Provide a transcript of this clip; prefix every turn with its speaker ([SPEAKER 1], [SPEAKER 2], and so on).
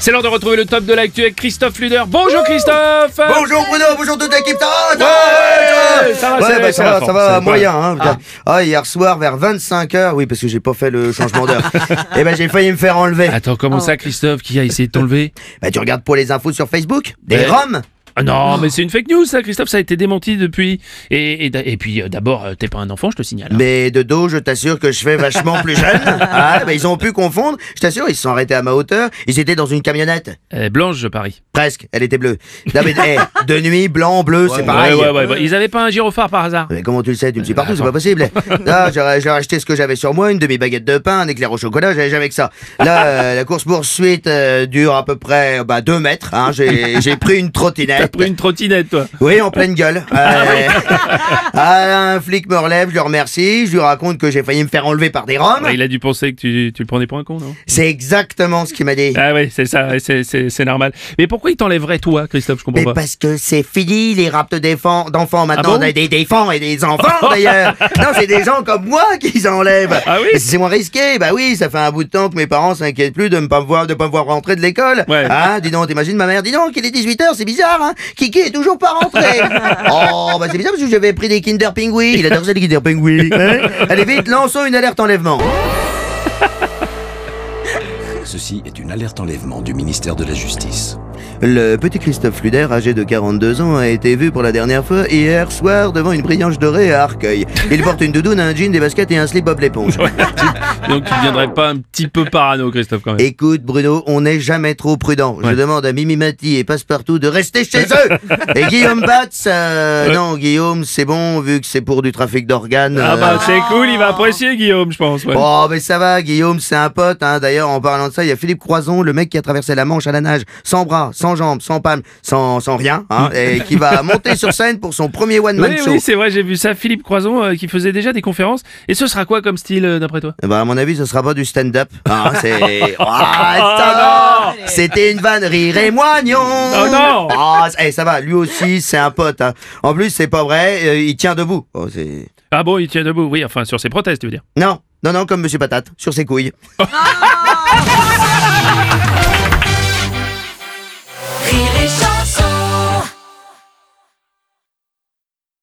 [SPEAKER 1] C'est l'heure de retrouver le top de l'actu avec Christophe Luder. Bonjour Christophe
[SPEAKER 2] Bonjour Bruno, bonjour toute l'équipe. Ah, non,
[SPEAKER 1] Ouais, ça va,
[SPEAKER 2] Ouais,
[SPEAKER 1] c'est-
[SPEAKER 2] bah,
[SPEAKER 1] ça
[SPEAKER 2] ça
[SPEAKER 1] va
[SPEAKER 2] va,
[SPEAKER 1] fort,
[SPEAKER 2] ça
[SPEAKER 1] ça
[SPEAKER 2] va,
[SPEAKER 1] va
[SPEAKER 2] moyen.
[SPEAKER 1] pas
[SPEAKER 2] Hein, putain. Ah, hier soir vers 25h, oui, parce que j'ai pas fait le changement d'heure. Et ben j'ai failli me faire enlever.
[SPEAKER 1] Attends, comment ça Christophe qui a essayé de t'enlever
[SPEAKER 2] Bah tu regardes pour les infos sur Facebook Des
[SPEAKER 1] Ouais.
[SPEAKER 2] roms
[SPEAKER 1] Ah Non, mais c'est une fake news ça Christophe, ça a été démenti depuis. Et, et d'a- et puis euh, d'abord, euh, t'es pas un enfant, je te signale. hein.
[SPEAKER 2] Mais de dos, je t'assure que je fais vachement plus jeune. Ah, bah, ils ont pu confondre. Je t'assure, ils se sont arrêtés à ma hauteur. Ils étaient dans une camionnette.
[SPEAKER 1] Euh, blanche, je parie.
[SPEAKER 2] Presque, elle était bleue. Non, mais, eh, de nuit, blanc, bleu, c'est pareil.
[SPEAKER 1] Ouais, ouais, ouais, ouais. Ils avaient pas un gyrophare par hasard
[SPEAKER 2] Mais comment tu le sais Tu me
[SPEAKER 1] Euh,
[SPEAKER 2] suis partout, c'est pas possible. Là, j'ai j'ai acheté ce que j'avais sur moi, une demi-baguette de pain, un éclair au chocolat, j'avais jamais que ça. Là, euh, la course-poursuite euh, dure à peu près bah, 2 mètres. Hein, j'ai j'ai pris une
[SPEAKER 1] T'as
[SPEAKER 2] trottinette.
[SPEAKER 1] pris une trottinette toi
[SPEAKER 2] Oui, en pleine gueule. Euh, ah, un flic me relève, je le remercie, je lui raconte que j'ai failli me faire enlever par des roms.
[SPEAKER 1] Ouais, Il a dû penser que tu, tu le prenais pour un con, non
[SPEAKER 2] C'est exactement ce qu'il m'a dit.
[SPEAKER 1] Ah ouais, c'est ça, ouais, c'est- c'est c'est normal. Mais pourquoi il t'enlèverait toi Christophe, je comprends
[SPEAKER 2] Mais
[SPEAKER 1] pas. Ah
[SPEAKER 2] parce que c'est fini les raptes d'enfants d'enfants maintenant,
[SPEAKER 1] bon
[SPEAKER 2] des, des, des enfants et des enfants d'ailleurs. non, c'est des gens comme moi qui s'enlèvent.
[SPEAKER 1] Ah oui
[SPEAKER 2] Mais C'est moins risqué. Bah oui, ça fait un bout de temps que mes parents s'inquiètent plus de ne pas me voir, de pas me voir rentrer de l'école.
[SPEAKER 1] Ouais.
[SPEAKER 2] Ah, dis donc, t'imagines ma mère Dis donc, il est 18h, c'est bizarre. Hein Kiki est toujours pas rentré. oh, bah c'est bizarre parce que j'avais pris des Kinder Pingui. Il adore ça les Kinder Pingui. Hein Allez vite, lançons une alerte enlèvement.
[SPEAKER 3] Ceci est une alerte enlèvement du ministère de la Justice.
[SPEAKER 2] Le petit Christophe Luder, âgé de 42 ans, a été vu pour la dernière fois hier soir devant une brillante dorée à Arcueil. Il porte une doudoune, un jean, des baskets et un slip Bob l'éponge.
[SPEAKER 1] Donc tu deviendrais pas un petit peu parano Christophe quand même.
[SPEAKER 2] Écoute Bruno, on n'est jamais trop prudent. Je demande à Mimimati et Passepartout de rester chez eux. Et Guillaume Batz, euh, non Guillaume, c'est bon vu que c'est pour du trafic d'organes.
[SPEAKER 1] Ah
[SPEAKER 2] euh,
[SPEAKER 1] bah c'est cool, il va apprécier Guillaume, je pense. ouais.
[SPEAKER 2] Oh mais ça va, Guillaume, c'est un pote. Hein. D'ailleurs, en parlant de ça, il y a Philippe Croison, le mec qui a traversé la Manche à la nage, sans bras, sans jambes, sans palmes, sans, sans rien, hein, et qui va monter sur scène pour son premier one man
[SPEAKER 1] Mm. Oui,
[SPEAKER 2] show.
[SPEAKER 1] oui, c'est vrai, j'ai vu ça. Philippe Croison euh, qui faisait déjà des conférences. Et ce sera quoi comme style euh, d'après toi
[SPEAKER 2] Eh ben, à mon avis, ce sera pas du stand-up. hein, c'est. Ah, ça va C'était une vanne, rire et moignon
[SPEAKER 1] Oh non
[SPEAKER 2] Ah, eh, ça va, lui aussi, c'est un pote. hein. En plus, c'est pas vrai, euh, il tient debout. Oh, c'est-
[SPEAKER 1] Ah bon, il tient debout, oui, enfin sur ses prothèses, tu veux dire.
[SPEAKER 2] non, non, non, comme Monsieur Patate, sur ses couilles.